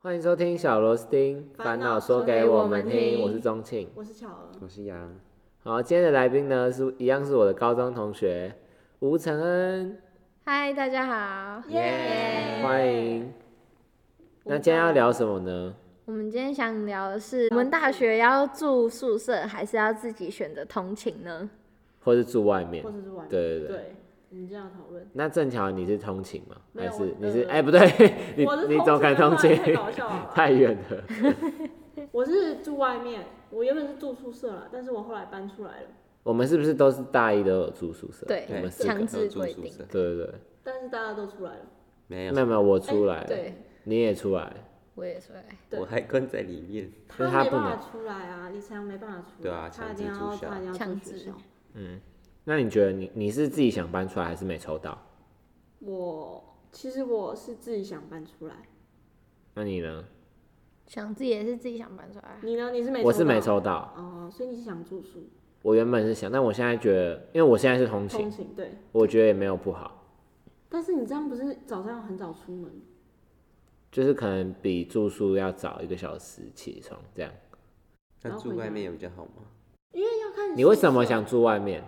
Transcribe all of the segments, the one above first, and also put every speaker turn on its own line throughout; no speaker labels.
欢迎收听小螺丝钉
烦
烦
恼
恼说
说
给
给
我
我
们
们
听，
听
我是钟庆。
我是巧儿，
我是杨，
好，今天的来宾呢是一样是我的高中同学吴承恩，
嗨，大家好。
耶
欢迎。
我
那
们
今天要
高
聊什么呢？
我们今天想聊的是，我们大学要住宿舍，还是要自己选择通勤呢？
或是住外面
或？者是玩
对对对。
对，你这样讨论，
那正巧你是通勤吗？
没
还
有
是
我
你是？
呃
哎，不对， 你
我是
你总敢通
勤啊
勤
的话，太搞笑了吧。
太远了。
我是住外面，我原本是住宿舍了，但是我后来搬出来了。
我们是不是都是大一都有住宿舍？
对
我们四
强
个。
制规
住
定
宿舍
对对对，
但是大家都出来了，
没
没
有，
有没有，我出
哎
哎
来了，
对，
你也出来了，
我也说，哎
对
我还关在里面。
但是他
他没
不
办
能
法出来啊，李强没办法出来，
对啊
他一
强
定
制
要
住校
他一定要住
强
学
制
校。
那你觉得你你是自己想搬出来，还是没抽到？
我其实我是自己想搬出来，
那你呢？
想自己也是自己想搬出来。
你呢？你是没？
我是没。抽到，
哦，所以你是想住宿
我原本是想，但我现在觉得，因为我现在是通
通
勤，
勤对，
我觉得也没有不好，
但是你这样不是早上很早出门？
就是可能比住宿要早一个小时起床这样。
然
那
后
住
回
外
家
面有比较好吗？
因为要看
你为什
宿
么
舍啊
想住外面？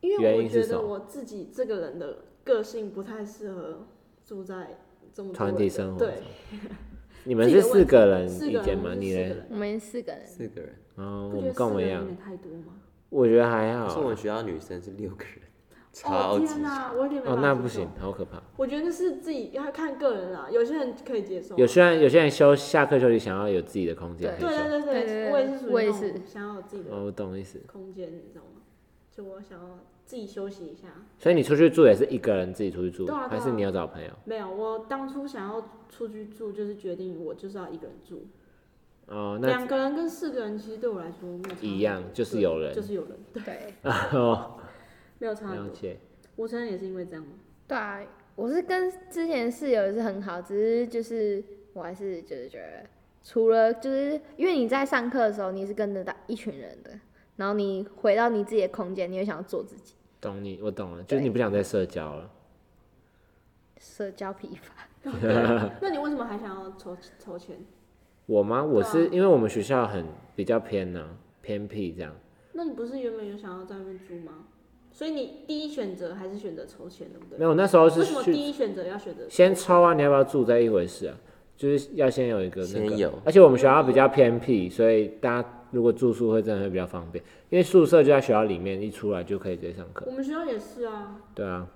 因
原
为我
因是
觉
什
得
么
我自己这个人的个性不太适合住在这么多
团
人
体
的
生活
对，
你们是四个人
四
一
个
间
人
吗？
或是
你
四个
呢？
人
我们四个人，
四个人，
哦，
不
我
觉得
们
四
跟我
个
们一
人
样
有，点太多吗？
我觉得还
可是
好
我
啊。
们学校女生是六个人，超
哦
级
天哪，
少。
我有点没
哦
办，法
那
接
不
受
行，，好可怕。
我觉得是自己要看个人啦，有些人可以接受，
有些人有些人休下课休息，想要有自己的空间
对
可
啊对啊
以
对
休。
对
对对对
我也是属于
我也
那种
是
想要有自己的
哦，我懂意思。
空间，你知道吗？就我想要自己休息一下。
所以你出去住也是一个人自己出去住，
对啊对
还
啊
是你有找朋友？
没有，我当初想要出去住，就是决定我就是要一个人住，
哦，那
两个人跟四个人其实对我来说没有差
一
很
样
多
就是
对
有人
就是有人，对，
对，
哦，
没有差很
了
多。
解。
吴承恩也是因为这样吗？
对啊，我是跟之前室友也是很好，只是就是我还是就是觉得，除了就是因为你在上课的时候你是跟着大一群人的，然后你回到你自己的空间，你会想要做自己，
懂你，我懂了，就是你不想再社交了。
社交疲乏。
嗯
那你为什么还想要筹筹钱？
我吗？我
对啊
是因为我们学校很比较偏呢、偏僻这样。
那你不是原本有想要在外面住吗？所以你第一选择还是选择筹钱，对不
没
对？
有，那时候是
为什么
去
第一选择要选择？
先抽啊，你要不要住再一回事啊，就是要先有一个那个。
先有
而且我们学校比较偏僻，所以大家如果住宿会真的会比较方便，因为宿舍就在学校里面，一出来就可以直接上课
我。们学校也是啊，
对啊，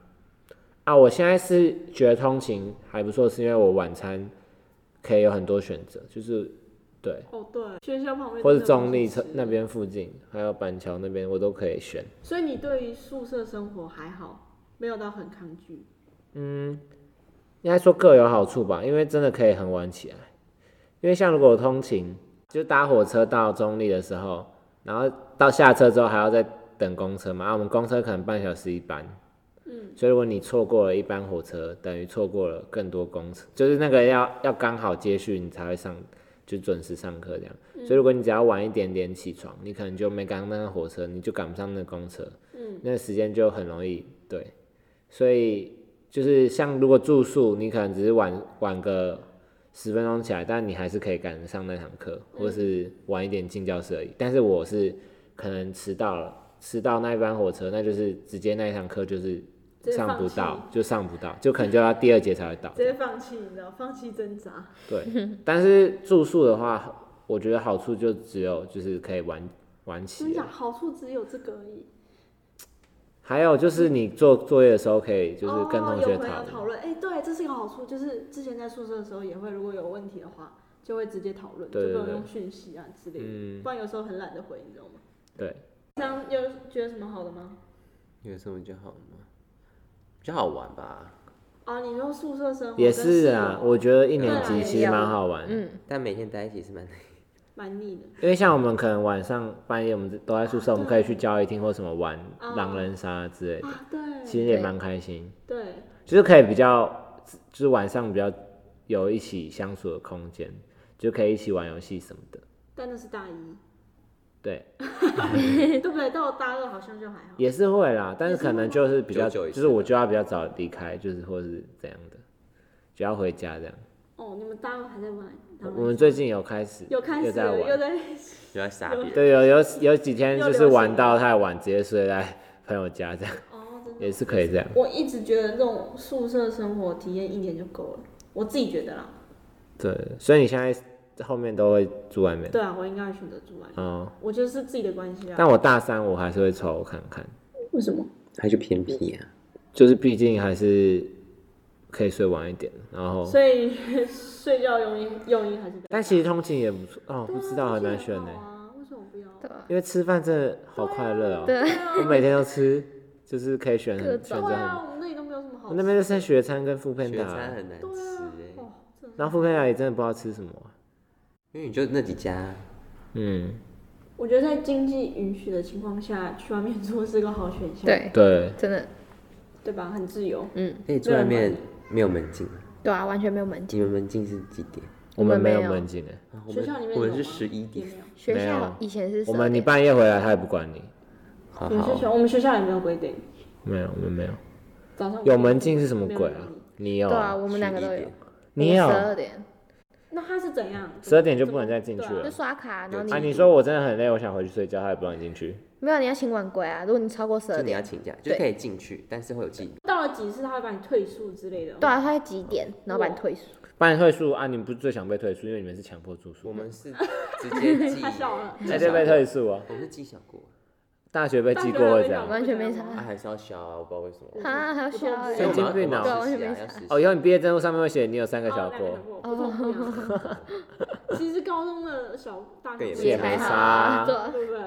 啊，我现在是觉得通勤还不错，是因为我晚餐可以有很多选择，就是对，
哦对，学校旁边
或是
真的不
中立
是
车那边附近，还有板桥那边，我都可以选。
所以你对于宿舍生活还好，没有到很抗拒。
应该说各有好处吧，因为真的可以很晚起来。因为像如果我通勤，就搭火车到中立的时候，然后到下车之后还要再等公车嘛，啊，我们公车可能半小时一班，嗯，所以如果你错过了一班火车，等于错过了更多公车，就是那个要要刚好接续你才会上，就准时上课这样。所以如果你只要晚一点点起床，你可能就没赶上那个火车，你就赶不上那个公车，嗯，那个时间就很容易对，所以就是像如果住宿，你可能只是晚晚个十分钟起来，但你还是可以赶上那堂课，或是晚一点进教室而已。但是我是可能迟到了，迟到那一班火车，那就是直接那一堂课就是
直接
上不
放弃
到，就上不到，就可能就要第二节才会 到
直。接放弃，你知道，放弃挣扎。
对，但是住宿的话，我觉得好处就只有就是可以晚晚
真啊
起了
假，好处只有这个而已。
还有就是你做作业的时候可以就是跟
哦
同
有
学
朋友
讨论。
讨论，哎、对，这是一个好处，就是之前在宿舍的时候也会，如果有问题的话，就会直接讨论，
对对
就不
对
用用讯息啊之类的，
嗯，
不然有时候很懒得回，你知道吗？
对，
这样有觉得什么好的吗？
有什么比较好的吗？比较好玩吧，
啊，你说宿舍生活
也
跟室
是
友
啊，我觉得一年
对啊
级
也
其实
要
蛮好玩的。
嗯，
但每天待一起是蛮累。
蛮腻的，
因为像我们可能晚上半夜我们都在宿
啊
舍，我们可以去交易厅或什么玩
哦
狼人杀之类的，
啊，对
其实也蛮开心，
对，
就是可以比较，就是晚上比较有一起相处的空间，就可以一起玩游戏什么的。
但那是大一，
对，
对不对？到大二好像就还好。
也是会啦，但是可能就是比较，
久久一
就
次
是我就要比较早离开，就是或是怎样的，就要回家这样。
哦，你们大陆还在玩？
我我们最近有开始，
又开始
又在
了，又
玩，
在
就在撒别人。
对，有有有几天
又
就是
流行
玩
了
到太晚，直接睡在朋友家这样，
哦，真的
也是可以这样。
我一直觉得这种宿舍生活体验一年就够了，我自己觉得啦。
对，所以你现在后面都会住外面，
对啊，我应该会选择住外面，
哦。
我觉得是自己的关系啊。
但我大三我还是会抽看看，
为什么？
他就偏僻啊，
就是毕竟还是可以睡晚一点，然后
所以 睡觉用意用意还是比较
哦但其实通勤也不错哦，
对
不
啊
知道很
这
难
些
选
也
呢，
好啊为什么不要？
对吧？
因为吃饭真的好快乐哦，
对，啊
我每天都吃，就是可以选很
各
选择
种
对
很
啊，我们那里都没有什么好
我
吃的。
那边就剩学餐跟副片
雪餐
塔，
很难
对
吃
啊
欸，
哦，真的
然后副片塔也真的不知道吃什么。啊
因为你就那几家，
嗯，
我觉得在经济允许的情况下，去外面住是个好选项，
对，
对，
真的，
对吧？很自由。
嗯，
哎，住外面
啊
没有门禁，
对啊，完全没有门禁。
你们门禁是几点？
我们没
我们没有
门禁的，
啊我
学
们
校里面
我们
有
是
吗
十一
也
点
没，有。
学
没
校
有
以前是
我们你
12点
半夜回来他也不管你，
好
你们学
好，
校我们学校也没有规定，
没有，我们没有。
早上五
有
点
门禁是什么
没有
鬼
人
啊
管你？
你有
对啊，我们两个都
11
有
点，
你有
十二点
那他是怎样？
12点就不能再进去
对啊
了
就刷卡，然后
啊？
你
你说我真的很累，我想回去睡觉，他也不让你进去。
没有你要请晚归啊，如果你超过十
就
二
你要
点，
请假，就
对
可以进去，但是会有记
到了几次他会把你退宿之类的。
对啊，他会几点，然后把你退宿。
帮你退宿啊？你们不是最想被退宿，因为你们是强迫住宿
我，们是直接 记，
他笑了
记
哎，
小
就被退
过，
宿啊？
我们是记小过，
大学被记过会这
大学还
样
被。
完全没
啊
差
还是要消啊，我不知道为什
哎哦
么。
啊，还有小
我
孩
所以我们神
要
经病啊
我们要
对啊完
实习啊
全没
要实习
哦，以后你毕业证书上面会写你有三个小
哦两个
过
人，过，我怎么不一样其实高中的小大
对
学
也
不
也
一样
没
还好
差
啊， 对啊
对不对？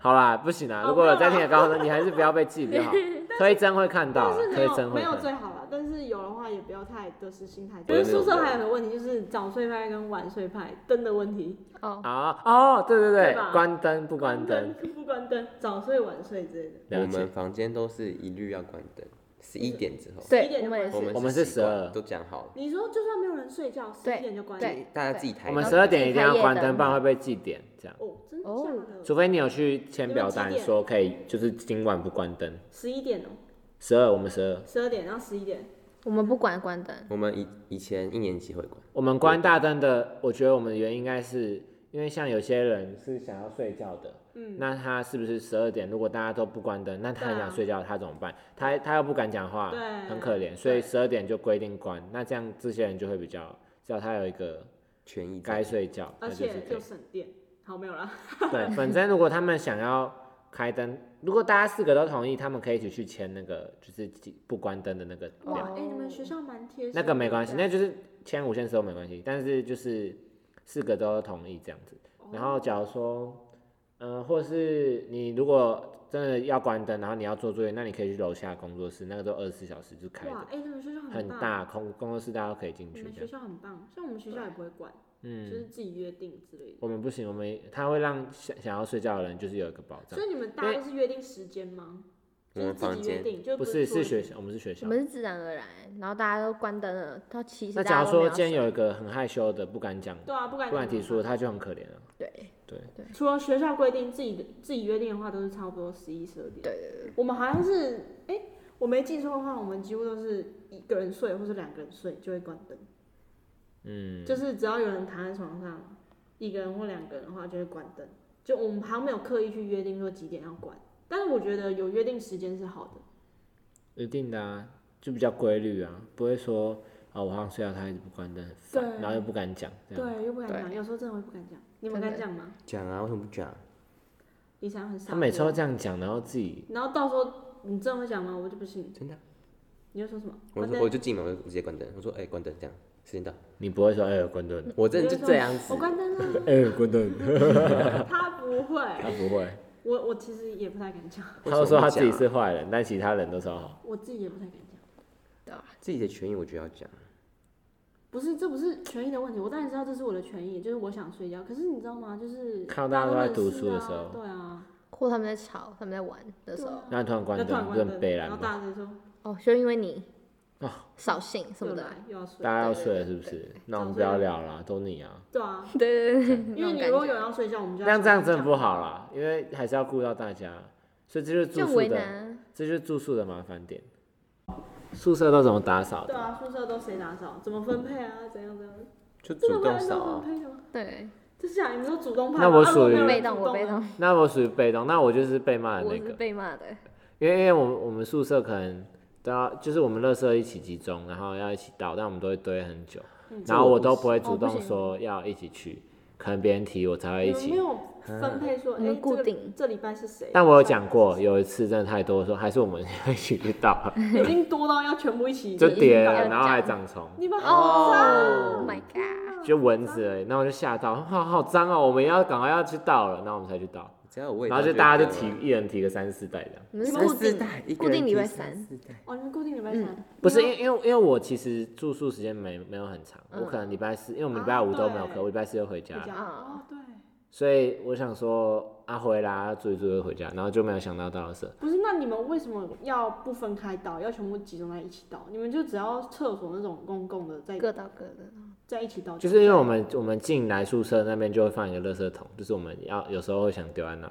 好啦，不行啦，
哦
如果有
没有
在
啦
听的高中，你还是不要被记比 较好。推真会看到
但
啦
是，没
推
有
真会
没有
看。
最好了，但是有的话也不要太得失心太重。
我
因为
也没有
宿舍还有个问题，就是早睡派跟晚睡派灯的问题。
哦，
啊哦，对对对
对，吧
关灯不关灯，
不关灯，早睡晚睡之类的。
了
我
解
们房间都是一律要关灯，十一点之后。
11
对，
点
我们也
我
是，
们
我们是
习惯
12
都讲好了，
你说就算没有人睡觉，十
对
点就关灯
对。
大家自己抬头。
我们
对
十二点一定要关
然后自己开夜
灯，
灯
不然会被记点。这样，
哦，真的
哦
假的？
除非你有去签表
你
单
们几点
说可以，就是今晚不关灯。
十一点哦，
十二，我们十二，
十二点到十一点。
我们不管关灯，
我们以以前一年级会关，
我们关大灯的，我觉得我们的原因应该是因为像有些人是想要睡觉的，嗯，那他是不是十二点？如果大家都不关灯，那他
对啊
想睡觉，他怎么办？他他又不敢讲话，
对
很可怜，所以
对
十二点就规定关。那这样这些人就会比较，只要他有一个
权益
该睡觉，他
而
就是
且
可以
又省电。好，没有啦。
对，反正如果他们想要开灯，如果大家四个都同意，他们可以一起去签那个就是不关灯的那个
哇
表，
哇，哎，你们学校蛮贴心的。
那个没关系，
对
那就是签五千十都没关系，但是就是四个都同意这样子。
哦
然后假如说，嗯、或是你如果真的要关灯，然后你要做作业，那你可以去楼下工作室，那个都二十四小时就开的
哇，，哎，你们学校
很
棒。
大空工作室大家都可以进
你
去
们
这
学
样。
校很棒，像我们学校也不会管，就
嗯，
是自己约定之类的。
我们不行，我们他会让想想要睡觉的人就是有一个保障
所。以你们大家都是约定时间吗？
我
就
们
是
房
自己约
间
定，就
不
是
是
说
是学校，我们是学校
我。们是自然而然，然后大家都关灯了，到其实
那
大
假
家
如
都没
说
有
今天
睡
有一个很害羞的不敢讲、
对啊，不敢
不敢提
提
出，。他就很可怜了。
对
对，
除了学校规定自己的自己约定的话，都是差不多十一十二点。
对对对，
我们好像是，哎、我没记错的话，我们几乎都是一个人睡或是两个人睡就会关灯，
嗯，
就是只要有人躺在床上，一个人或两个人的话就会关灯。就我们好像没有刻意去约定说几点要关，但是我觉得有约定时间是好的。
一定的啊，就比较规律啊，不会说啊、我好像睡觉，他一直不关灯，很烦
对
然后又不敢讲，这
啊
样
对，又不敢
对
讲，有时候真的会不敢讲。你们
真
敢
的
讲吗？
讲啊，为什么不讲？
李翔很傻。
他每次都这样讲，然后自己
然后到时候你真的会讲吗？我就不信。
真的啊，
你就说什么？
我
关
说
灯
我就进门，我就直接关灯。我说，哎，关灯，这样时间到。
你不会说哎呦关灯，
我真的
你
就
说
这样子
我，关灯啊了。
哎呦关灯，
他不会，
他不会，
我我其实也不太敢讲，
他会说他自己
为什么不讲
是坏人，但其他人都超好。
我自己也不太敢讲。
自己的权益，我觉得要讲。
不是，这不是权益的问题。我当然知道这是我的权益，就是我想睡觉。可是你知道吗？就是
看到大家都在读书的
大家
时候
都认识啊
或他们在吵，他们在玩的时
对
候，
啊，
然后突然关
要突然
灯，就很
关灯，
悲
然后
凉嘛。
大家就说
哦，就因为你
哦
扫兴什么
又
的，
来又要睡
大。家要
对
睡了
对
是不是？那
早
我们不
睡
要
了
聊了，都你啊。
对 啊，
对对对，
因为你如果有人要睡觉，我们就
那
要
样这样真的不
讲
好啦，因为还是要顾到大家，所以这就是
就
住
很
宿
为
的，
难，
这就是住宿的麻烦点。宿舍都怎么打扫
对
的？
啊，宿舍都谁打扫？怎么分配啊？怎样怎样？
就
真的
主
会
动
按
扫
照分
啊，
配的吗？
对，
这是啊，你们都主动派吗，
那我
啊
属于
如果没有
被
人
动
主动
我被动，
那我属于被动，那我就是被骂的
我
啊那
是
个，
被骂的，
因为因为我们我们宿舍可能都要，就是我们垃圾一起集中，然后要一起倒，但我们都会堆很久，然后我都不会主
哦不
动
行
说要一起去，可能别人提我才会一
嗯你们没
起。
有分配说，
我
哎、
嗯们
这
固
个
定
这礼拜是谁？
但我有讲过，有一次真的太多，说还是我们一起去倒，
已经多到要全部一起
就叠
一
了，
定要
然后还
讲
长虫，
你们好脏
哦、my god，
就蚊子而已，那我就吓到，好好脏哦，我们要赶快要去倒了，那我们才去倒，
啊只要有味
然
道好
后
了。
就大家就提一人提个三四袋这样。
你们是
你们
固
三四
定
袋，一个
固定
人
礼
提
拜
三
三，
四袋
哦，你们固定礼拜三、
不是，因为因为因为我其实住宿时间没没有很长，
嗯
我可能礼拜四，因为我们
啊
礼拜五都没有课，
对
我礼拜四就回家
回，家
啊
哦，对，
所以我想说啊回啦，住一住就回家，然后就没有想到到社，
不是，那你们为什么要不分开倒，要全部集中在一起倒？你们就只要厕所那种公共的在
各到各的，
在一起倒，
就是因为我们我们进来宿舍那边就会放一个垃圾桶，就是我们要有时候会想丢在那，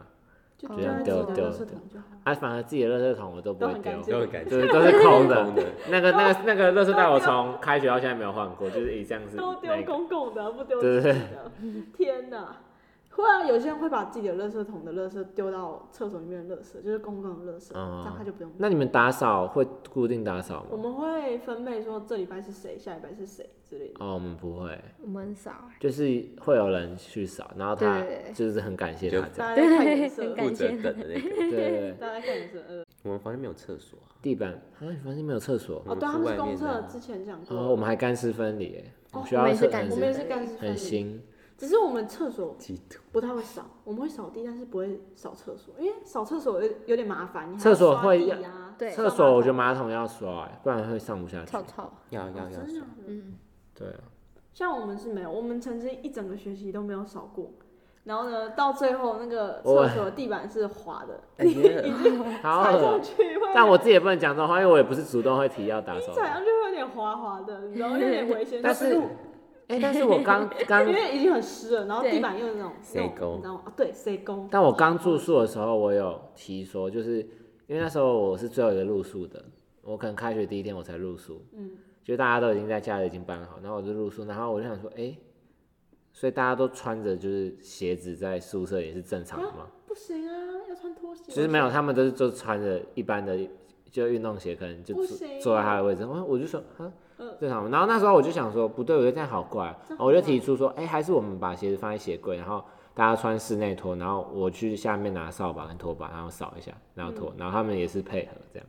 就
就
丢哦在自
丢
己
丢
的垃圾桶就好了。
啊反而自己的垃圾桶我都不会
都很
丢
干，净
都很干
就
净，
是都是空
空
的。
的。
那个那个那个垃圾袋我从开学到现在没有换过，就是一这样子
都
那
丢
一个。
公共的，不丢
对
自己的。天哪！会啊，有些人会把自己的垃圾桶的垃圾丢到厕所里面的垃圾，就是公共的垃圾，
嗯
这样他就不用。
那你们打扫会固定打扫
我
吗？
们会分配说这礼拜是谁，下礼拜是谁之类的。
哦，我们不会，
我们很少，啊
就是会有人去扫，然后他
对
就是很感谢
就
他这样。
大家在看
对，
颜色
很，
负
感
责
谢。
等的那个。
对对对，
大家在看颜色。呃，
我们房间没有厕所啊，
地板啊，你房间没有厕所
哦，
我们
对，他
是
们是
外
公
面
厕，
的
之前讲
哦，我
过。
们还干湿分离耶，
哦
学校
我们也是
是
干
很
湿
我
分
们
离
也是干湿分
很
离，
新，
只是我们厕所
嫉妒。
不太会扫，我们会扫地，但是不会扫厕所，因为扫厕所有有点麻烦，你还要
厕所
刷
会
地
要
啊
对
厕所我觉得马桶要刷耶，不然会上不下去
臭。臭，
要要
哦
要
真的
说
啊，
嗯，
对啊，
像我们是没有，我们曾经一整个学期都没有扫过。然后呢，到最后那个
我
厕所地板是滑的，
哎呀，
好
踩
恶
上
哦。
去会，
但我自己也不能讲这种话，因为我也不是主动会提要打扫的。
踩上去会有点滑滑的，你知道吗，有点危险。
但是，哎、但是我 刚刚
因，为已经很湿了，然后
对
地板又有那种
塞沟
你知道吗？啊对，塞沟。
但我刚住宿的时候，我有提说，就是因为那时候我是最后一个入宿的，我可能开学第一天我才入宿，
嗯，
就大家都已经在家里已经搬好，然后我就入宿，然后我就想说，哎、所以大家都穿着就是鞋子在宿舍也是正常的吗？
不行啊，要穿拖鞋。
其实没有，他们都是就穿着一般的就运动鞋，可能就
不
坐
行
坐在他的位置，我我就说啊
嗯
正常吗。然后那时候我就想说不对，我觉得这样好怪，啊
这样好
我就提出说，哎、还是我们把鞋子放在鞋柜，然后大家穿室内拖，然后我去下面拿扫把跟拖把，然后扫一下，然后
嗯
拖，然后他们也是配合这样。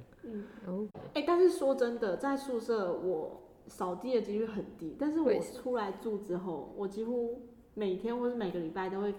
哦，
哎、但是说真的，在宿舍我扫地的几率很低，但是
我
我
也
出来住之后，我几乎每天或是每个礼拜都会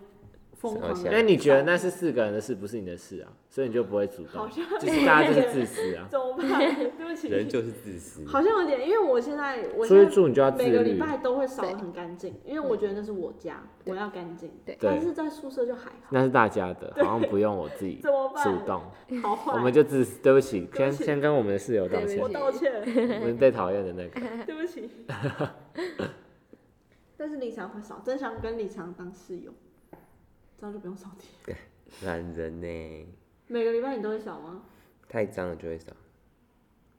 疯
扫一
狂
下
地
因为你觉得那是四个人的事，不是你的事啊，所以你就不会主动
好，像。
就是大家就是自私啊
怎么办？对不
人
起，
就是自私。
好像有点，因为我现在 我
出去
现
住你就要
在
自
每个礼
律，
拜都会扫的很干净，因为我觉得那是我家，
对
我要干净。
对
但是在宿舍就还好，
那是大家的，好像不用我自己
怎么
主
办？
动。
好
我
坏，
们就自私，对不起，
对
先
不起
先跟我们的室友道
对
歉
我，道歉。
我们最讨厌的那个。
对不起。但是李强会扫，真想跟李强当室友，这样就不用扫地。
懒人呢，
每个礼拜你都会扫吗？
太脏了就会扫，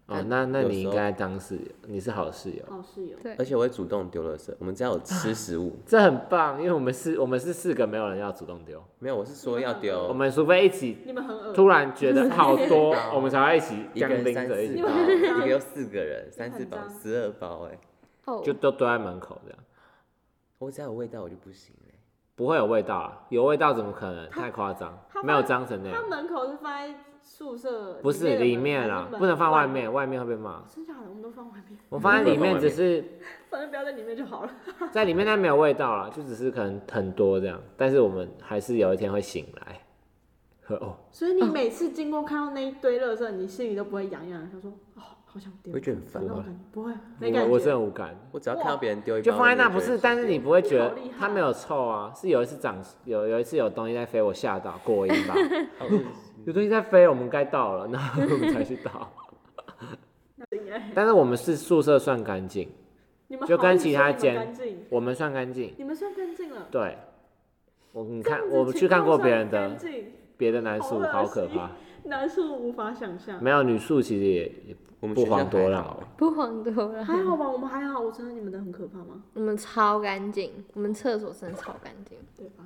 哦，那那
有
你
时
应
候
该当室友，你是好室友，
好哦室友，
对
而且我会主动丢垃圾。我们只要有 吃食物，
这很棒，因为我们是，我们是四个没有人要主动丢，
没有，我是说要
我
丢，
们除非一起
你们很恶，
突然觉得好 多，我们才会一起
一
这
个
样
人
拎
三
着一
四
起
你
包，
们很脏
一个又四个人，三四包，
脏
十二包哎，
哦
就都丢在门口这样，
我只要有味道我就不行嘞。
不会有味道啊，有味道怎么可能？太夸张
他，
没有脏成那
他
样，
门口是放在宿舍，
不是里面啦，不能放外。面，外面会被骂。
真假的，我们都放外面，
我放在里面，
不能放外面
只是
反正不要在里面就好了。
在里面但没有味道啦，就只是可能很多这样，但是我们还是有一天会醒来。呵哦，
所以你每次经过看到那一堆垃圾，你心里都不会痒痒，想说哦，好想丢，
我会觉得很烦
那种感觉不会，没感
我我是
觉。
很无感。
我只要看到别人丢一包，
就放在那
我
不
觉得
是，但是你不会觉得
你好厉害
它没有臭啊？是有一次长有有一次有东西在飞，我吓到过音吧，
好恶心
有东西在飞，我们该到了，然后我们才去到。 但是我们是宿舍算干净，
你们
就
好
跟
意
其
思
他
你们
间
干净，
我们算干净。
你们算干净了。
对，我你
这
看
样子
我去
情
看
况
过
算
别人
干
的，
净
别的男宿，好可怕。
难受无法想象。
没有女宿其实也也
我们
不
学校
遑多
还
让
好
吧，
不遑多让。
还好吧，我们还好。我承认你们的很可怕吗？
我们超干净，我们厕所真的超干净，
对吧？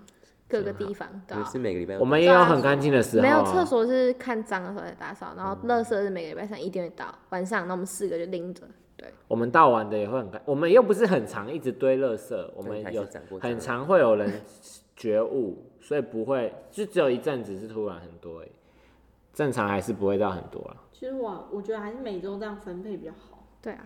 各个地方都
我们
要
啊
是每个礼拜
我们也有很干净的时候、
没
啊。
有厕所是看脏的时候才打扫，然后垃圾是每个礼拜三一定会倒，晚上那我们四个就拎着，对，
我们倒完的也会很干，我们又不是很常一直堆垃圾，我
对还
们
是
有
长过蟑
很
螂
常会有人觉悟，所以不会就只有一阵子是突然很多而已，正常还是不会到很多啊啦。
其实我我觉得还是每周这样分配比较好。
对啊，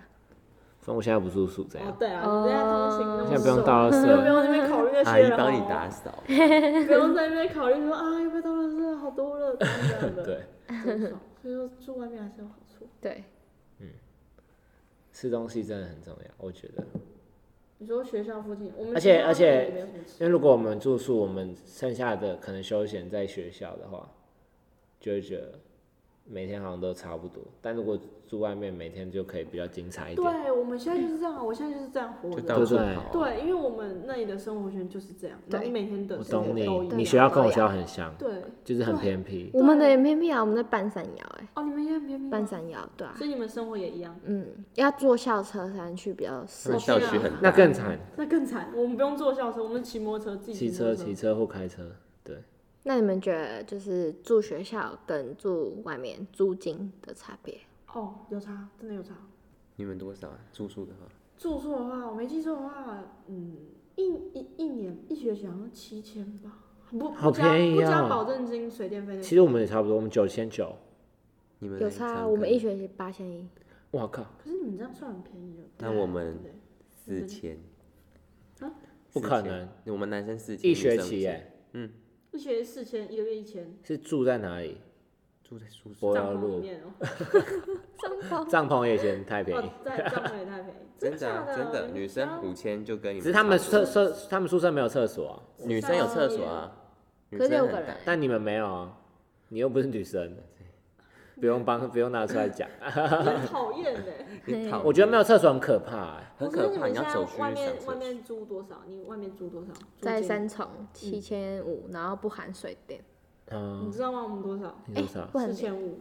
反正我现在不住宿这样
哦，，对啊，
哦
你现在通勤那么
现在不用
瘦
倒垃
你就不
圾，
用在那边考虑那
阿姨
些了。
帮你
哦
打扫，
不用在那边考虑说啊，要不要当垃圾，好多了，怎么样 的，
对，
真爽。所以说住外面还是有好处。
对，
吃东西真的很重要，我觉得。
你说学校附近，我们
而且
学校
而且
附近也没有什么吃
因为如果我们住宿，我们剩下的可能休闲在学校的话，就会觉得每天好像都差不多。但如果住外面，每天就可以比较精彩一点。
对，我们现在就是这样啊，我现在就是这样活
就
着。
到
对
处
对
跑啊。
对，因为我们那里的生活圈就是这样，然后
对
每天的
我
生活
懂
都
你
一，样。
你学校跟我学校很像，
对，
就是很偏僻。
我们的也没必要，我们在半山腰哎、
哦，你们也很偏僻吗，
半山腰，对啊，
所以你们生活也一样。
嗯，要坐校车才能去比较
他
市
们
嗯
区，啊
校区很
那
大，
更惨，
那更惨，我们不用坐校车，我们骑摩托车自己
骑
骑
车、
摩托
骑车或开车，对，
那你们觉得就是住学校跟住外面租金的差别？
哦，有差，真的有差。
你们多少啊？住宿的话，
住宿的话，我没记错的话，嗯，一一一年一学期好像七千吧，不
好
不加
便宜
不加
哦
保证金、水电费那些。
其实我们也差不多，我们九千九，
你们
有
来
差
唱
啊，
歌
我们一学期八千一，
哇靠，
可是你们这样算很便宜了。
那我
对
们
不对
四千
啊，
不可能
4000，我们男生四千，
一学
女生
期
5000
耶，
一学期四千，一个月一千，
是住在哪里？
住在宿舍，
柏
帐
油
篷里
路，
面哦，
帐篷也嫌太便宜
哦，，在帐篷也太便宜，
真的啊
假
真
的
的，
你们
女
学
生
校
五千就跟你
只是他们
差不多
厕厕他们宿舍没有厕所啊，
女生有厕所啊，女
可是
生
六
很
个
大
人，
但你们没有啊，你又不是女生，不用帮，不用拿出来讲。
很讨厌哎。
你躺
我觉得没有厕所很可怕、欸，
很
可是
可
你
怕，
们
你
现
要
在
走出去
外
上
面外
厕所。
面租多少？你外面租多少？
在
租金，
三重七千五，然后不含水电，
嗯，
你知道吗？我们多少？
你
哎、
多少？
不含
四千五。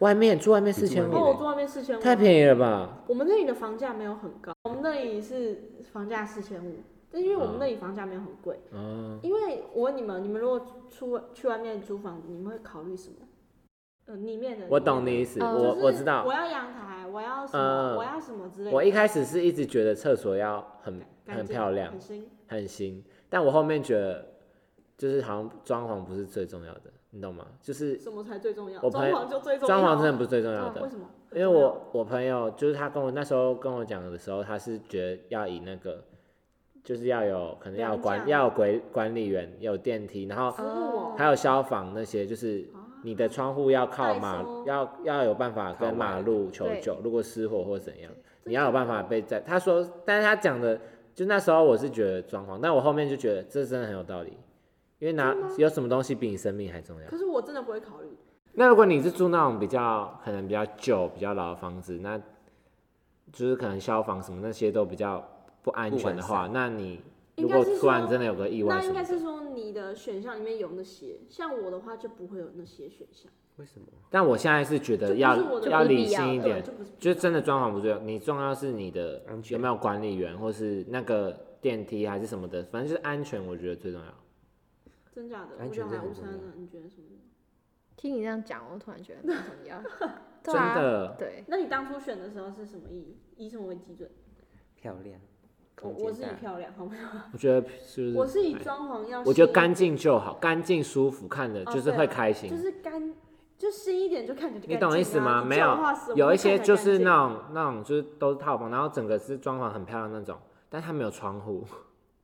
外面住外面
你
四
住外
千
面
五，
哦，我住外面四千五，
太便宜了吧？
我们那里的房价没有很高，我们那里是房价四千五，但因为我们那
嗯
里房价没有很贵，
哦，
因为我问你们，你们如果出去外面租房，你们会考虑什么？呃，里面的哦
我懂你意思，
嗯
我
就是
我知道
我。要阳台，我要什么，
嗯
我要什么之类的。
我一开始是一直觉得厕所要很
干
很
净
漂亮
很、新。
很新，但我后面觉得就是好像装潢不是最重要的，你懂吗？就是
什么才最重要？
我
装
朋友
潢就最重要。
装潢真的不是最重要
对啊为
的，
什么？
因为我我朋友就是他跟我那时候跟我讲的时候，他是觉得要以那个就是要有可能要有
人
管
像
要有管管理员，有电梯，然后
服务
哦
我
还有消防那些，就是
啊
你的窗户要靠马
代收，
要要有办法跟马路求救。如果失火或怎样，你要有办法被在。他说，但是他讲的，就那时候我是觉得装潢，但我后面就觉得这真的很有道理，因为拿有什么东西比你生命还重要。
可是我真的不会考虑。
那如果你是住那种比较可能比较旧、比较老的房子，那就是可能消防什么那些都比较不安全的话，那你如果突然真的有个意外
那
什
应
么
该，是说你的选项里面有那些，像我的话就不会有那些选项，
为什么？
但我现在是觉
就
得
不
要
是我的
要
目
理
标
性一
对
点
对，，就不是。
就真的装潢不重要，你重要是你的
安全
有没有管理员，或是那个电梯还是什么的，反正就是安全，我觉得最重要。
真假的，
安
我觉
全
得
真的
还
很
无伤
重要
啊。你觉得什么？
听你这样讲，我突然觉得很重要， 对
真
啊，
的，
对，
那你当初选的时候是什么意？以什么为基准？
漂亮，
我
空
我
间
是以
大，
漂亮，好吗？
我觉得是
我
不是？
是以装潢要，
我觉得干，净就好，干净舒服，看着
哦
就是
对
会
啊
开
就
心。
是干，就新一点就看起来就
你
干净啊。
懂意思吗
你
没
旧的
有
话死我
有
会
一些
看起
就
来
是
干净
那种那种就是都是套房，然后整个是装潢很漂亮那种，但它没有窗户，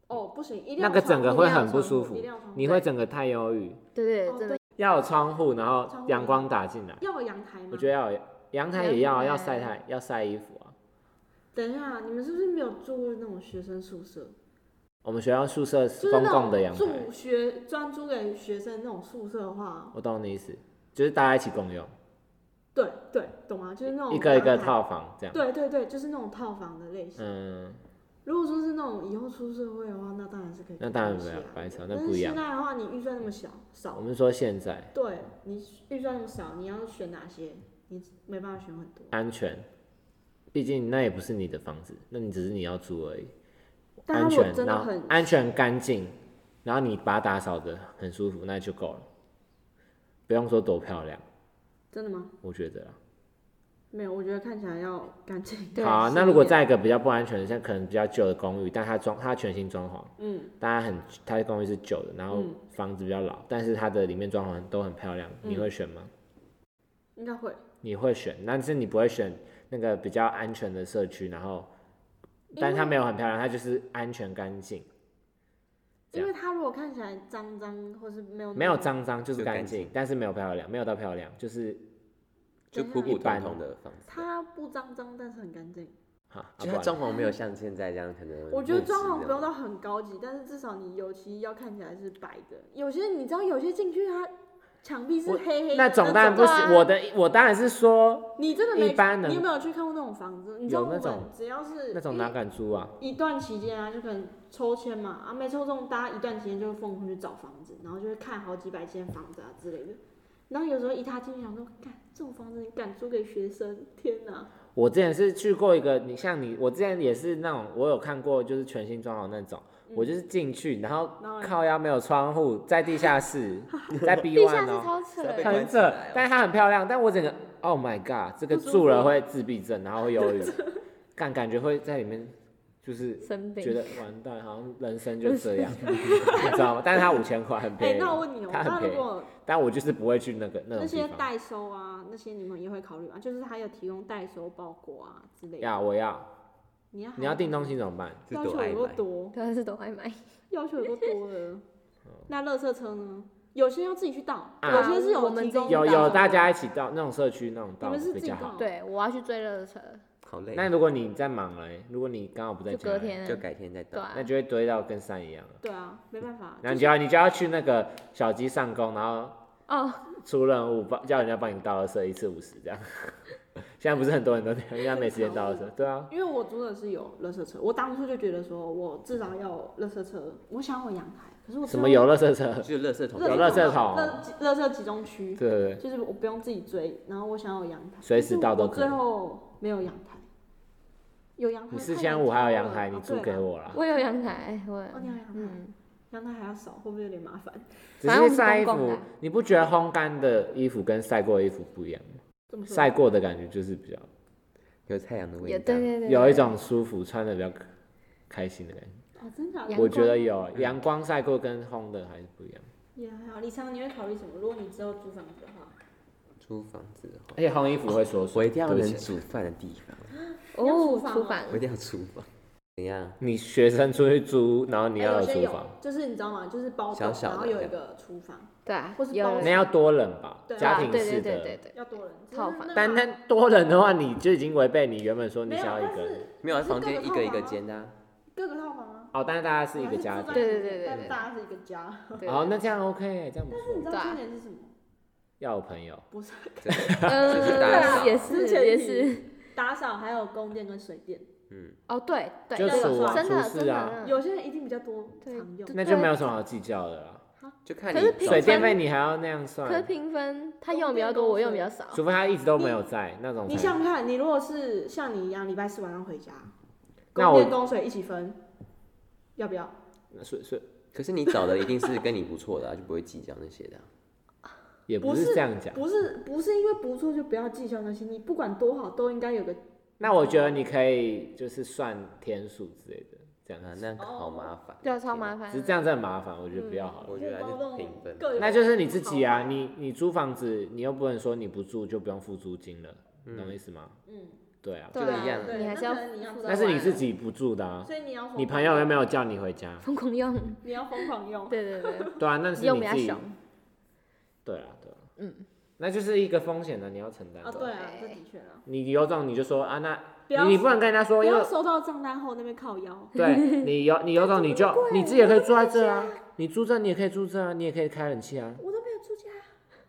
哦不行，一定
那
要
个
窗
整个
户
会
一定要
很不
窗户
舒服
一定要窗户
你会整个太忧郁。
对对
哦
真的
要有窗户，然后
窗户
阳光打进来，
要有阳台吗？
我觉得要有阳台也要啊要晒
阳
太要晒衣服啊。
等一下，你们是不是没有住过那种学生宿舍？
我们学校宿舍
就是是
公
那
共
种
的阳台。
住学专租给学生那种宿舍的话，
我懂你意思，就是大家一起共用，
对对，懂吗？就是那种
一个一个
阳台。
套房这样。
对对对，就是那种套房的类型。
嗯，
如果说是那种以后出社会的话，那当然是可以
那
跟
当然
他一
没有
起啊
白吵那
但是
不一样嗯
现在的话，你预算那么小，
我
少，
们说现在
对你预算那么少，你要选哪些？你没办法选很多。
安全，毕竟那也不是你的房子，那你只是你要租而已。
但
安
他如果
全，
真的
然后
很
安全干净，然后你把它打扫的很舒服，那就够了，不用说多漂亮，
真的吗？
我觉得啦。
没有，我觉得看起来要干净。
对
好啊、
是
那如果
的
在一个比较不安全的，像可能比较旧的公寓，但它装它全新装潢，
嗯，
但它很它的公寓是旧的，然后
嗯
房子比较老，但是它的里面装潢都很漂亮，你
嗯
会选吗？
应该会。
你会选，但是你不会选那个比较安全的社区，然后，
因
但是它
为
没有很漂亮，它就是安全干净，这
因
样
为他如果看起来脏脏，或是没有
没有，脏脏就是
就干
干净
净，
但是没有漂亮，没有到漂亮，就是
就
等一
普
下
普
一般
通通的房子。
他不脏脏，但是很干净。
哈，
就
啊
它
不
装
然
潢没有像现在这样，可能
我觉得
木质
装潢
这
不用
样
到很高级，但是至少你油漆要看起来是白的。有些你知道，有些进去它墙壁是
我
黑黑的
那种当然不
啊
行，我的我当然是说
你真的没
一般的
你有没有去看过那种房子？你知道
有
我
那
们
种
只要是
那种
因
哪
为
敢租啊？
一段期间啊，就可能抽签嘛，啊没抽中，大家一段期间就会疯狂去找房子，然后就会看好几百间房子啊之类的。然后有时候一踏进去想说，干这种房子你敢租给学生？天哪！
我之前是去过一个，你像你，我之前也是那种，我有看过就是全新装潢那种，
嗯
我就是进去，然后
然后嘞
靠腰没有窗户，在地下室，在 B
地
one
下室
哦、
超扯
是要被
的，
关
很
起来
扯
哦，
但是它很漂亮，但我整个 Oh my God，这个
不舒服
住了会自闭症，然后会忧郁，感感觉会在里面就是
生病
觉得完蛋，好像人生就这样，你知道吗？但是它五千块很
哎、
便宜，
那我问你哦，
它
那
很
如
便宜，
果
但我就是不会去那个那
那
种
些
地方。
代收啊，那些你们也会考虑吗？就是还有提供代收包裹啊之类的。
要我要，
你要
你要订东西怎么办？
是
要
多
求
爱
有多
买，
多，
当然是都会买。
要求有多多
嗯
了。那垃圾车呢？有些要自己去倒，
啊
有些是有
我们
提
自己
供
有
倒
有
的
大家一起到那种社区那种
你
到
们是
比
自己
较好。
倒，
对，我要去追热车，
好累。
那如果你在忙嘞，如果你刚好不在
就
家
隔
嘞，
天
就
啊，
改天再
对
到。
啊
那，就会堆到跟山一样了。
对啊，没办法，
然后你就要你就要去那个小鸡上工，然后
哦，
出任务帮叫人家帮你倒垃圾，一次五十这样。 现在不是很多人都这样，人家没时间倒垃圾，对啊，
因为我租的是有垃圾车，我当初就觉得说我至少要有垃圾车，我想要有阳台，可是我
什么有垃圾车，
就是垃圾
垃
桶，
圾
有垃圾
桶
桶
垃垃圾集中
对
区，
对对，
就是我不用自己追，然后我想要有阳台，
随时到都
可
可
是
以
我最。后没有阳台，有阳台
你
太
四
难
千五还有阳
找
台，
了
你
哦
租
对
给
啦
我啦。
我有阳台，我
哦，你有阳台，
嗯，
阳台还要扫，会不会有点麻烦？
只
反正我
是
们
晒衣
公共的
服
啊，
你不觉得烘干的衣服跟晒过的衣服不一样吗？
这么说
晒过的感觉就是比较
有太阳的味
也
道
对。对对，
有一种舒服，穿的比较开心的感觉。
哦，真的假的
阳
我觉得
光
有阳光晒过跟烘的还是不一样，
也还好。李昌，你会考虑什么？如果你之后租房子的话，
租房子的话，
而且烘衣服会缩
我
水。
一定要
对不
能
起
煮饭的地方，
要厨
哦，
房
厨
哦
房
我一定要厨房。怎样？
你学生出去租，然后你
哎
要
有
有
些
厨
有
房，，
就是你知道吗？就是包
小
栋，
小
然后
的
有一
这
个厨房，
对啊
或，是
有
包
那要多人吧，
对啊
家庭
对
式的
对对。对对，
要多人
套房
但那多人的话，你就已经违背你原本说
没
你
有，啊
想要一
但
个人
是
没有，
可是
房间一
各
个
个
一
套
个
房啊
间的啊。
各个套房啊，
哦，但是大家是一个家
你
庭
还是住在
对
里
对
面
对对
但
对
大家是一个家。
对
哦，那这样 OK，这样不
但是你
错，
知
对
道
啊
重点是什么？
要有朋友，
不是
就是大家
嗯，也
之
是
前
也
提
是，
打扫，还有供电跟水电，
嗯，
哦，对对，
就
这个
厨啊
真的
厨
真
师啊
的，
有些人一定比较多
嗯对
常用。
对
那就没有什么好计较的啦。
就看
可
你
是平
水
常
电费你还要那样
可是
算，
评分他用比较多，我用比较少，
除非他一直都没有在那种
你
才。
想想看，你如果是像你一样礼拜四晚上回家，
那
供
我
电供水一起分，要不要？
水水
可是你找的一定是跟你不错的、啊，就不会计较那些的啊、
也不
不
是
是
这样讲。
不是不是因为不错就不要计较那些，你不管多好都应该有个
那我觉得你可以就是算天数之类的，这
啊
样，子，
那好麻烦。
对啊，超麻烦
只是这
的，
样真的麻烦，我觉得比较好。
我觉得还
包
是
容
平分。
各有
那就是你自己啊，你你租房子，你又不能说你不住就不用付租金了，你懂我意思吗？
嗯，
对啊，
对
这个一样
啊，
对
你还是要
那可能你要
负责
那是你
玩
自己不住的啊，
嗯所以你要疯
你朋友又没有叫你回家，
疯狂用，
你要疯狂用，
对对对，
对啊，那是
用
你
比
自
较
己
凶，
对啊，对啊，嗯，那就是一个风险的，你要承担
啊，
的。
对啊，这
对
的确啊，
你有种你就说啊，那
不要
你你不能跟人家说，
不
因为
要收到账单后那边靠腰，
对 你有你有种你就你自己也可以住在这啊，你住这你也可以住这啊，你也可以开冷气啊，
我都没有住家，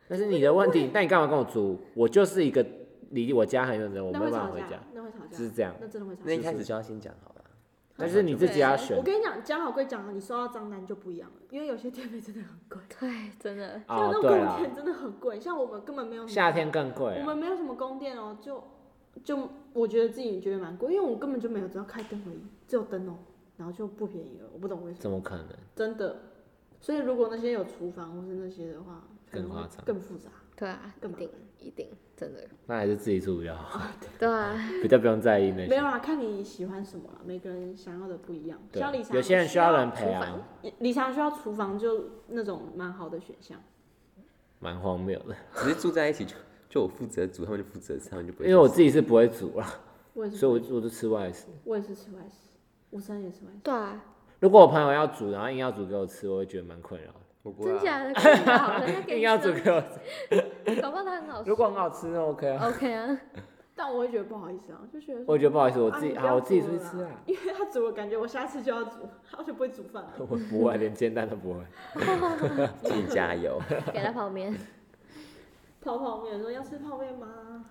那是你的问题。那你干嘛跟我租？我就是一个离我家很远的人，我
那
没有
会
办
吵
法回
架
家，，
那会吵
只是
架，
这样。
那真的会吵
那一
架。
开始就要先讲好了，
但是你自己要选
我跟你讲，讲好归讲好，你收到账单就不一样了，因为有些电费真的很贵，
对，真的
像
哦
那，种
对
供
了，
电真的很贵，像我们根本没有什么
夏天更贵
我
啊。
们没有什么供电哦，就就我觉得自己觉得蛮贵，因为我根本就没有只要开灯而已，只有灯哦，然后就不便宜了，我不懂为什么，
怎么可能？
真的。所以如果那些有厨房或是那些的话，可能
更
会
夸张
更复杂，
对啊，一
更麻
定
烦。
一定真的
那还是自己住比较好，
对啊，
比较不用在意那
没
些
有。啦，看你喜欢什么啦，每个人想要的不一样。
对
像理，查，
有些人需
需
要人陪
厨
啊，
理查需要厨房，就那种蛮好的选项。
蛮荒谬的。
只是住在一起就就我负责煮，他们就负责吃，他们就不会
因
做事。
为我自己是不会煮啦，
我也是，
所以我我就吃外食。
我也是吃外食，我生也吃外食。
对啊，
如果我朋友要煮，然后硬要煮给我吃，我会觉得蛮困扰的。
我不
真
会啊，
假的，搞不好人家给
硬
你
要煮给我吃，
吃 搞不好他很好吃。
如果很好吃，那 OK 啊。
OK 啊，
但我会觉得不好意思啊，就觉得说
我觉得不好意思，我
啊
自己
你不
啊，
要
我自己
煮
出去
了
吃
啦
啊。
因为他煮，我感觉我下次就要煮，我就不会煮饭了。
我不会，连煎蛋都不会。
请 加油。
给他泡面，
泡泡面，说要吃泡面吗？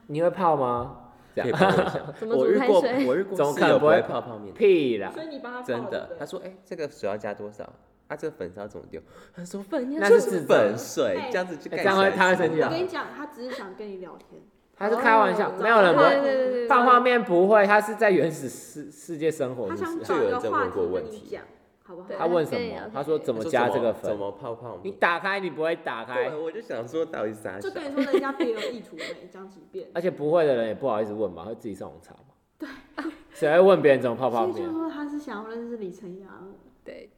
你会泡吗？这
可以
样
帮我一下。
怎么
我
煮
遇
开
过
水？
我遇过
怎么
室
可能
友
不
不
会
会泡泡面，
屁啦！
所以你帮他泡
啊真
的
的。。他说：“哎，这个水要加多少？啊，这个粉是要怎么丢？”他说：“粉
那
就是
自
是
责
粉水
哎，
这样子去
哎
盖
这样
起
会
来
他会
吃
生气
我
啊
跟你讲，他只是想跟你聊天。
他是开玩笑，
哦
没有人
对
会
对对对，
泡泡面不会，他是在原始世世界生活
他
是不
想
是？
找一个
就有
话
人在问
题
过我
跟
问
你
题
讲，好不好
对？
他问什
跟你
么
聊？
他说
天
怎
他
么
说
加
怎
这个
怎
粉？
么泡泡面？
你打开你不会打开
对，，我就想说到底是啥
就
小
跟你说人家别有意图没，讲几遍。
而且不会的人也不好意思问吧，会自己上网查嘛。对，谁会问别人怎么泡泡
所以
面？
就说他是想要认识李晨阳，
对，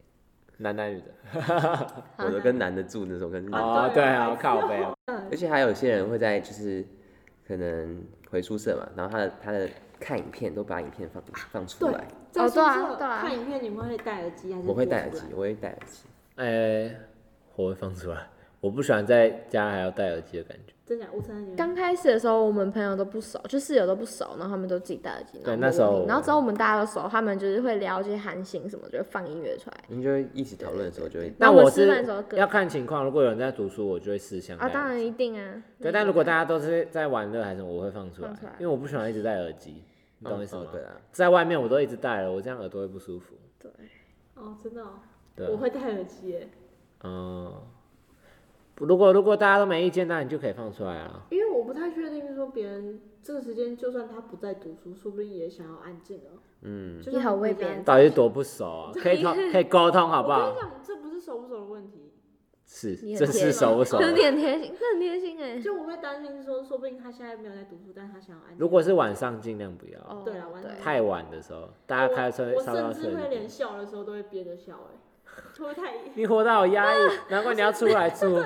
男男女的
我都跟男的住那种，跟
啊
男的，
哦，
对
对
啊
啊，靠背啊，
嗯
而且还有些人会在就是可能回宿舍嘛，然后他的他的看影片都把影片放放出来，
在宿
对啊
舍
对啊
看影片，你们会戴耳机还是？
我会戴耳机，。我会戴耳机，
哎，我会放出来，我不喜欢在家还要戴耳机的感觉。
真假？我承认你们。
刚开始的时候，我们朋友都不熟，就室友都不熟，然后他们都自己戴耳机。然后
对
我
那时候
们然后只要我们大家都熟，他们就是会聊一些韩星什么，就会放音乐出来。
你就一起讨论的时候就会嗯
那
然后我
我
们吃
是
饭的时候各
要看情况，如果有人在读书，我就会私相戴
啊，
耳机。
当然一定啊。
对，但如果大家都是在玩乐还是什么，我会放出来，
放出来
因为我不喜欢一直戴耳机，你懂我意思吗？
哦对啊，
在外面我都一直戴了，我这样耳朵会不舒服。
对，
哦，真的哦，
对
我
啊，
会戴耳机耶，
嗯，不如果如果大家都没意见，那你就可以放出来啊。
因为我不太确定说别人这个时间，就算他不在读书，说不定也想要安静哦。
嗯，
就
你
像
好
回
为
家
别人
到底是多不熟啊？可以通，可以沟通，好不
我
好
跟？你讲，这不是熟不熟的问题，
是
你，很
这
贴
啊
是
心
熟不熟？
有点贴心，这很贴心哎。
就我会担心说，说不定他现在没有在读书，但是他想要安静。
如果是晚上，尽量不要。
哦
对啊完全
太晚的时候，大家开车
我我
烧到
甚
睡
至。会连笑的时候都会憋着笑、哎，会不会太？ 因
你活得好压抑，
啊
难怪你要出来 住。
为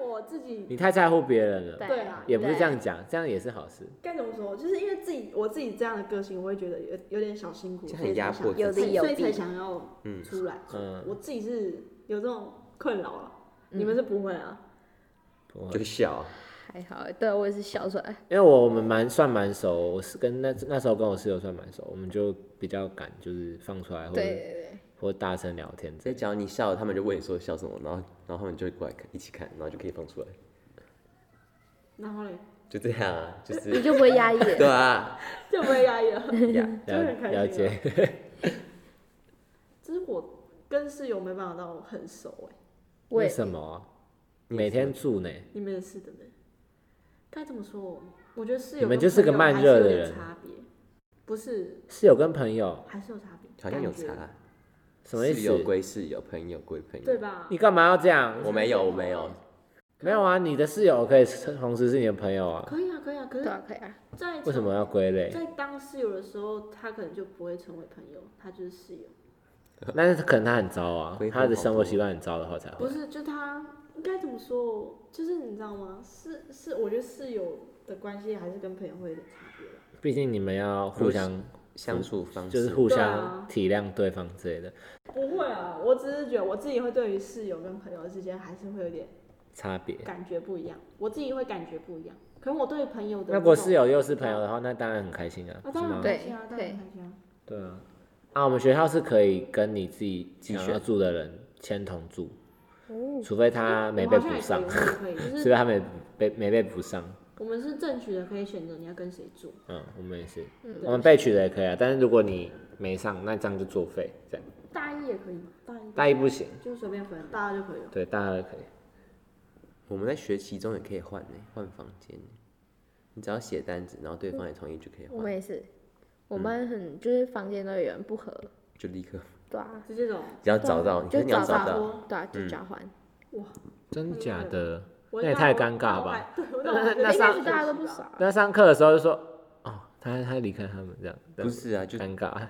我自己
你太在乎别人了，
对啊
也不是这。样讲，这样也是好事。
该怎么说，就是因为自己我自己这样的个性，我会觉得有有点小辛苦，
就
所
很
以才
压迫
想
有
自己
利有
所以才
弊
想要
嗯
出来。
嗯，
我自己是有这种困扰啊，你们是不会啊？
不会
就笑，
还好，对我也是笑出来。
因为我我们蛮算蛮熟，我是跟那那时候跟我室友算蛮熟，我们就比较敢就是放出来或者
对对对，
或者大声聊天之
所
类
以只要你笑，他们就问你说笑什么，然后然后他们就会过来看一起看，然后就可以放出来，
然后嘞，
就这样啊，就
你
是
就不会压抑了。
对啊，
就不会压抑了。
呀，
就很
了
开心啊
了解，
就是我跟室友没办法到很熟哎、
我
为
也
什么啊
你
每天住呢？
你们也是的呗？该怎么说？我觉得室友
你们
跟
就是个
朋友
慢
还
热
有
的
点
人
差别，不是
室友跟朋友
还是有差别，
好像有
感觉
啊
差，
什么意
室友
思？
归室友，朋友归朋
对
友，
吧？
你干嘛要这样？
我没有，我没有，
没有啊，你的室友可以同时是你的朋友啊，
可以啊，可以啊，可
对
是
啊，可以啊。
在
为什么要归类？
在当室友的时候，他可能就不会成为朋友，他就是室友，
但是可能他很糟啊
归，分
他的
好
生活
多
习惯很糟的话才
不
会。
是就他应该怎么说？就是你知道吗？是是，我觉得室友的关系还是跟朋友会有点差别吧。
毕竟你们要互相
相处方
就
式
是互
对
相
啊
体谅对方之类的
不会啊，我只是觉得我自己会对于室友跟朋友之间还是会有点
差别。
感觉不一样，我自己会感觉不一样。可能我对朋友的
那如果室友又是朋友的话，那当然很开心啊，
啊，
是
当然
吗？
开心啊，
对
当然开心啊。
对啊，啊，我们学校是可以跟你自己
自己
想
选
要住的人签同住，
哦，
除非他没被补上
我，好像也可以我也可以，就
除
是
非他没被没被补上，
我们是正取的，可以选择你要跟谁住。
嗯，我们也是，
嗯
我们被取的也可以啊。但是如果你没上，那这样就作废。这样
大一也可以嘛，大一
大一不行，
就随便分，大二就可以了。
对，大二可以。
我们在学期中也可以换呢、换房间呢、你只要写单子，然后对方也同意就可以
我
换，
们也是，我们很就是房间都有人不合，
就立刻。
对啊，
直接走，
只要找到，你
就
看你要
找
找
到
到，
到，
对啊，就交换。
真的假的？
我
那也太尴尬吧
对，我脑海
那
一
上
开始大家都不熟，
那上课的时候就说，哦，他他离开他们这样，这
不
样
是啊，就
尴尬。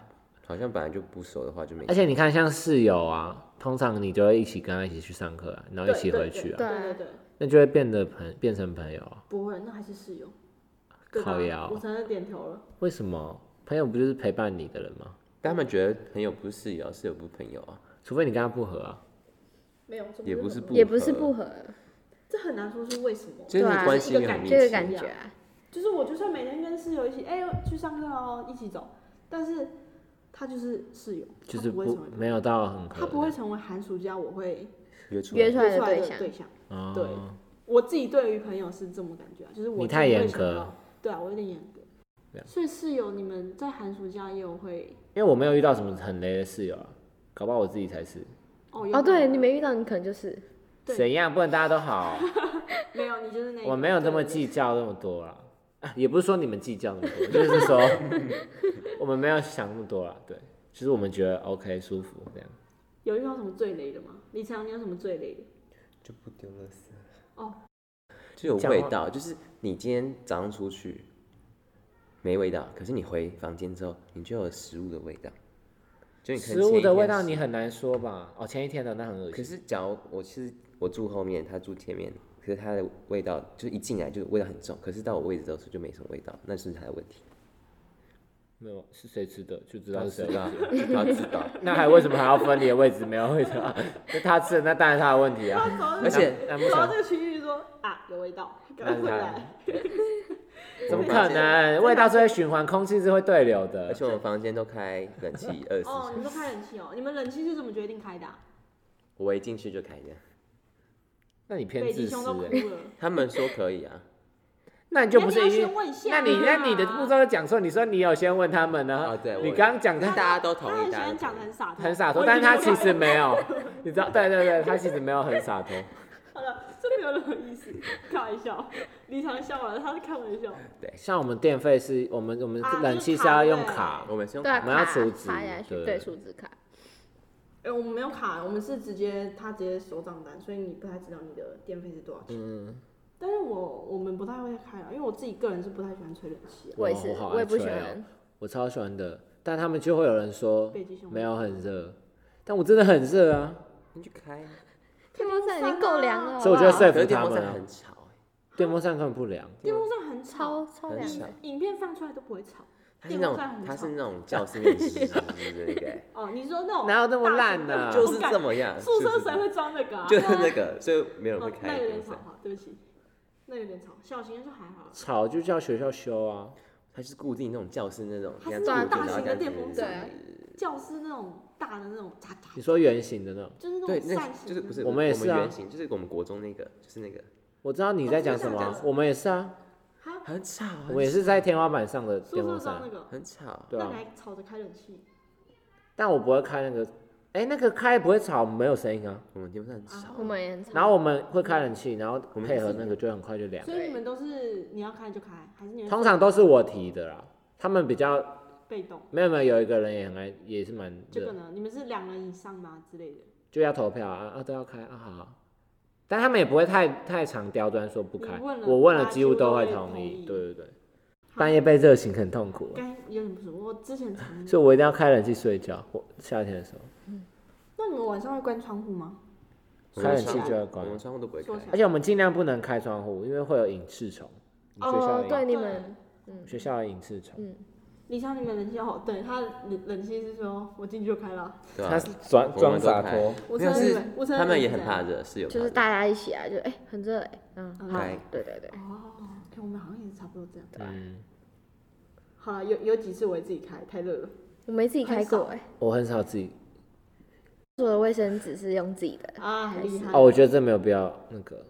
好像本来就不熟的话就没
而。且你看，像室友啊，通常你就会一起跟他一起去上课啊，然后一起回去啊，
对对对，
那就会变得朋变成朋友啊。
不会，那还是室友。对吧
靠腰啊
我承认点头了。
为什么？朋友不就是陪伴你的人吗？
但他们觉得朋友不是室友，室友不是朋友啊，
除非你跟他不合啊。
没有，
也不是
不，
不
也不是
合
不合，
这很难说是为什么。
就是
对啊
关系没有很密
这个
切。
感觉啊，
就是我就算每天跟室友一起，哎、去上课哦，一起走，但是他就是室友，
就是
他不会
不
成为朋友，
没有到很合，
他不会成为寒暑假我会
约出
约
来
出来
约
的
出来
对
的
象，
对象。
哦
对我自己对于朋友是这么感觉啊，就是我
你
自己
太
会
严
想
格
到
了，
对啊，我有点严格。所以室友，你们在寒暑假也有会
因为我没有遇到什么很雷的室友啊，搞不好我自己才是。
哦？有
哦，对
可
你
能
没遇到，你可能就是
对
怎样？不能大家都 好，
没有，你就是那一
我
个
没有这么，计较那么多 啦。啊也不是说你们计较那么多， 就是说我们没有想那么多啦。对，就是我们觉得 OK 舒服这样。
对对对有遇到什么最雷的吗？李强，你有什么最 雷的？
就不丢垃圾。
哦，
就有
讲
味
话
道，就是你今天早上出去没味道，可是你回房间之后，你就有食物的味道。就你可能
食物
前一
的
天
味道
吃
你很难说吧？哦，前一天的那很恶
可
心。
是，假如我其实我住后面，他住前面，可是他的味道就是一进来就味道很重，可是到我位置之后就没什么味道，那是他的问题。
没有是谁吃的就知道是谁
知道
的问题，
他知道。
那还为什么还要分你的位置？没有位置啊？ 那他吃的那当然他的问题啊。
而且哦
那不
走到
想
这个区域说啊，有味道，赶快回来。
怎么可能？味道是会循环，空气是会对流的。
而且我们房间都开冷气 二十四
哦，
小
你们
时，
都开冷气哦？你们冷气是怎么决定开的、啊？
我一进去就开的。
那你偏
北极
自私、
熊都哭
欸，
了。
他们说可以啊，
那你就不是
那你
因
要
为
先问一下啊
那你那你的
嘛
步骤讲错，你说你有先问他们呢？
哦对我
你刚刚讲
但
的
大家都同
他
意，
很喜
大家
欢
都同
讲
意
的很洒脱，
很洒脱，
我已
但
经
是他
就
其
开
实
了
没有，你知道？对对对，他其实没有很洒脱。
好了，这没有任何意思，开玩笑。李强笑了，他是开玩笑。
像我们电费是我们我们
啊
冷
就是
气是要
卡对
用卡，
我们是用
对啊，
我们要
卡
储值
卡下去，
对
对，储值卡，
哎、我们没有卡，我们是直接他直接收账单，所以你不太知道你的电费是多少钱。
嗯，
但是我我们不太会开啊了，因为我自己个人是不太喜欢吹冷气啊、
我也
哇
是，
我好
我也
爱
不喜
吹哦
欢。
我超喜欢的。但他们就会有人说
北极熊
没有很热，但我真的很热啊，
你去开，
电风扇已经够凉了，
所以我觉得
好不好
说
可
服
是电
他
风
们
扇
啊，
很吵欸，
电风扇根本不凉。
电风扇很吵，
超超凉
很
的
吵。
影片放出来都不会吵。
它是
哦电
那
风扇很
种它
吵
是那种教室面试的那 个欸，
哦，你说那种
哪有那么烂啊呢
大型的
就是这么样，
宿舍
啊就是
谁会装那个啊？
就是那个，所以没有人会
哦，那
开
有
电
点吵
风扇，
哈，对不起，那有点吵。小型的就还好，
吵就叫学校修啊，
它是固定那种教室那种，
它是
这样
那种大
固定然后
型的电风啊
这样
扇
子
教室那种大的那种，嚓嚓，
你说圆形的那种，
就是那
对，
种
那
扇形的，
就是不是
我们也是啊
圆形，就是我们国中那个，就是那个
我知道你在讲什
哦真的
么
假，的
我们也是啊，
哈，
很吵，
我们也是在天花板上的
宿
电
舍
风
装
扇
那，个，
很吵，
对
那
啊
你，还吵着开冷气
但我不会开那个，哎，那个开不会吵，没有声音啊。
我们电风扇很
啊
吵，
我们也很吵
然后我们会开冷气，然后
我们
配合
自己
那个就很快就凉。
所以你们都是你要开就开，还是你们
通常都是我提的啦，他们比较
被动？
没有没有有一个人也很爱，也是蛮
这个
热，
呢？你们是两人以上吗之类的？
就要投票啊啊都要开啊好啊，但他们也不会太太常刁钻说不开
你问，了
我问了
大家
几乎
几乎
都
都
会
会
同
同
意，
意
对对对，
好
半夜被热醒很痛苦啊，
该有点不舒服。我之前常
所以我一定要开冷气睡觉，我夏天的时候。
那你们晚上会关窗户吗？
我们
开冷气
窗
就要
户
关
我们窗户都不会开
缩，起来
而且我们尽量不能开窗户，因为会有隐翅虫。学校
哦，
有
对
隐
你们，嗯
学校有隐翅虫，
嗯，
李强，你们冷气好，对他冷冷气是说我进去就开了。
对
它
吧
是？装
我
装
们都
洒
开
脱。
我
没
承
有
认你
是
们，我承认
他们也
你
很
这样
怕。热，室友
就是
怕热
大家一起啊，就哎很热哎，嗯，好
开，
对对对，
哦，哎我们好像也是差不多这样。
嗯，
好了，有有几次我也自己开，太热了。
我没自己开过哎，
我很少自己
做的卫生纸是用自己的
啊很厉害
哦哦，我觉得这没有必要那个。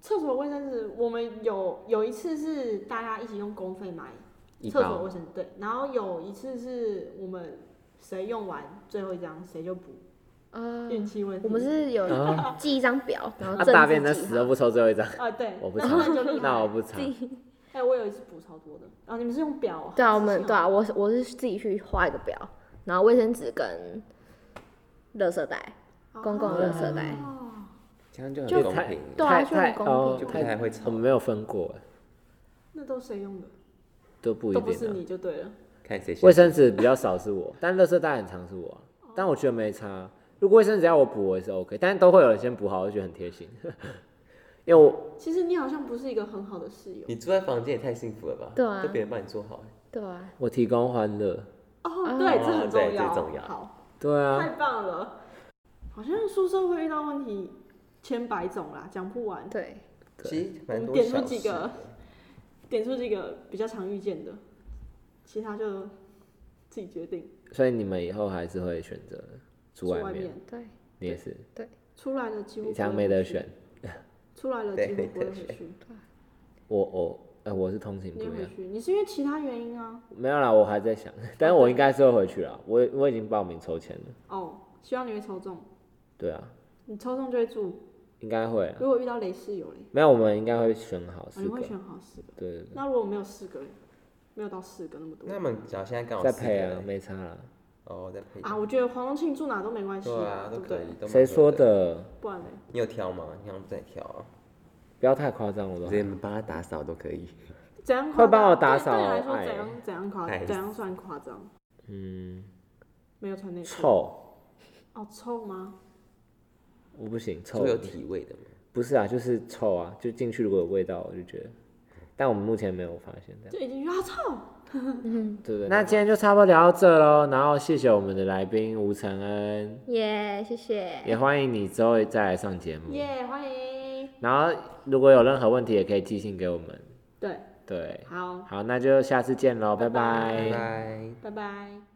厕所卫生纸，我们有有一次是大家一起用公费买
一
厕所
包
卫生纸，对，然后有一次是我们谁用完最后一张谁就补，
啊，
运气问题。
我们是有记一张表，然后
他嗯
政
啊大
治
便的
记
死都不抽最后一张，
啊，对，
我不
然
查
后就厉害
那我
了。
不查。
哎，我有一次补超多的，啊，你们是用表哦？
对啊，我
是
们
用
对啊，我是我是自己去画一个表，然后卫生纸跟垃圾袋，公共垃圾袋
哦
这样就很
就
公
太
平，
对
太
啊，就很
太
公
哦
就
平
不
啊。
太会
我
吵，
们没有分过，哎
那都谁用的？
都不一
都不是
定啊。
你就对了。
看谁先
卫生纸比较少是我，但垃圾袋很常是我啊，
哦
但我觉得没差。如果卫生纸要我补，我也是 OK，但都会有人先补好，我就觉得很贴心。 因为我
其实你好像不是一个很好的室友。
你住在房间也太幸福了吧？
对啊
都别人帮你做好，
对啊，
我提供欢乐，
哦，对，这很重
对
要。
这重要
好，
对啊，
太棒了。好像宿舍会遇到问题千百种啦，讲不完。
对，
对
其实蛮
我们
多
点出
小
几
事
个
的
点出几个比较常遇见的，其他就自己决定。
所以你们以后还是会选择住
住
外
外
面，
面
对，
你也是，
出来了几乎
你
不会
常没得
回去
选。，
出来了
对
几乎
没
不会
得
回
选
去。
我我呃我是通勤不
你也
一
回
样，
去，你是因为其他原因啊？
没有啦，我还在想，但是我应该是会回去啦，我我已经报名抽签了，
哦，希望你会抽中，
对啊，
你抽中就会住。
应该会啊，
如果遇到雷室友嘞，
没有我们应该会选好
哦
四
你
个
会，选好四个。
对对
那如果没有四个嘞，没有到四个那么多
那我们只要现在
对，
刚好
再
四
配
个
啊，
人，
没差啦，
哦，再配，
啊，我觉得黄龙庆住哪都没关系
对啊，
对不
都可
对
以？，都蛮
谁说
合的？
的？
不然嘞，
你有挑吗？你好像不太挑啊，
不要太夸张，我都
直接帮他打扫都可以。
怎样
快
夸
帮
张
我打
对对你来
扫
说
哎
怎样怎样夸
哎
怎样算夸张？
嗯
没有穿内裤。
臭，
哦，臭吗？
我不行，臭
都有
我不行
体味的嘛，
不是啊，就是臭啊，就进去如果有味道，我就觉得，但我们目前没有发现这样。
就已经觉得啊臭。
对对，那今天就差不多聊到这喽，然后谢谢我们的来宾吴承恩，
耶，谢谢，
也欢迎你之后再来上节目。
耶、欢迎。
然后如果有任何问题，也可以寄信给我们。
对，
对，
好，
好，那就下次见喽，拜
拜
拜
拜拜。
拜拜。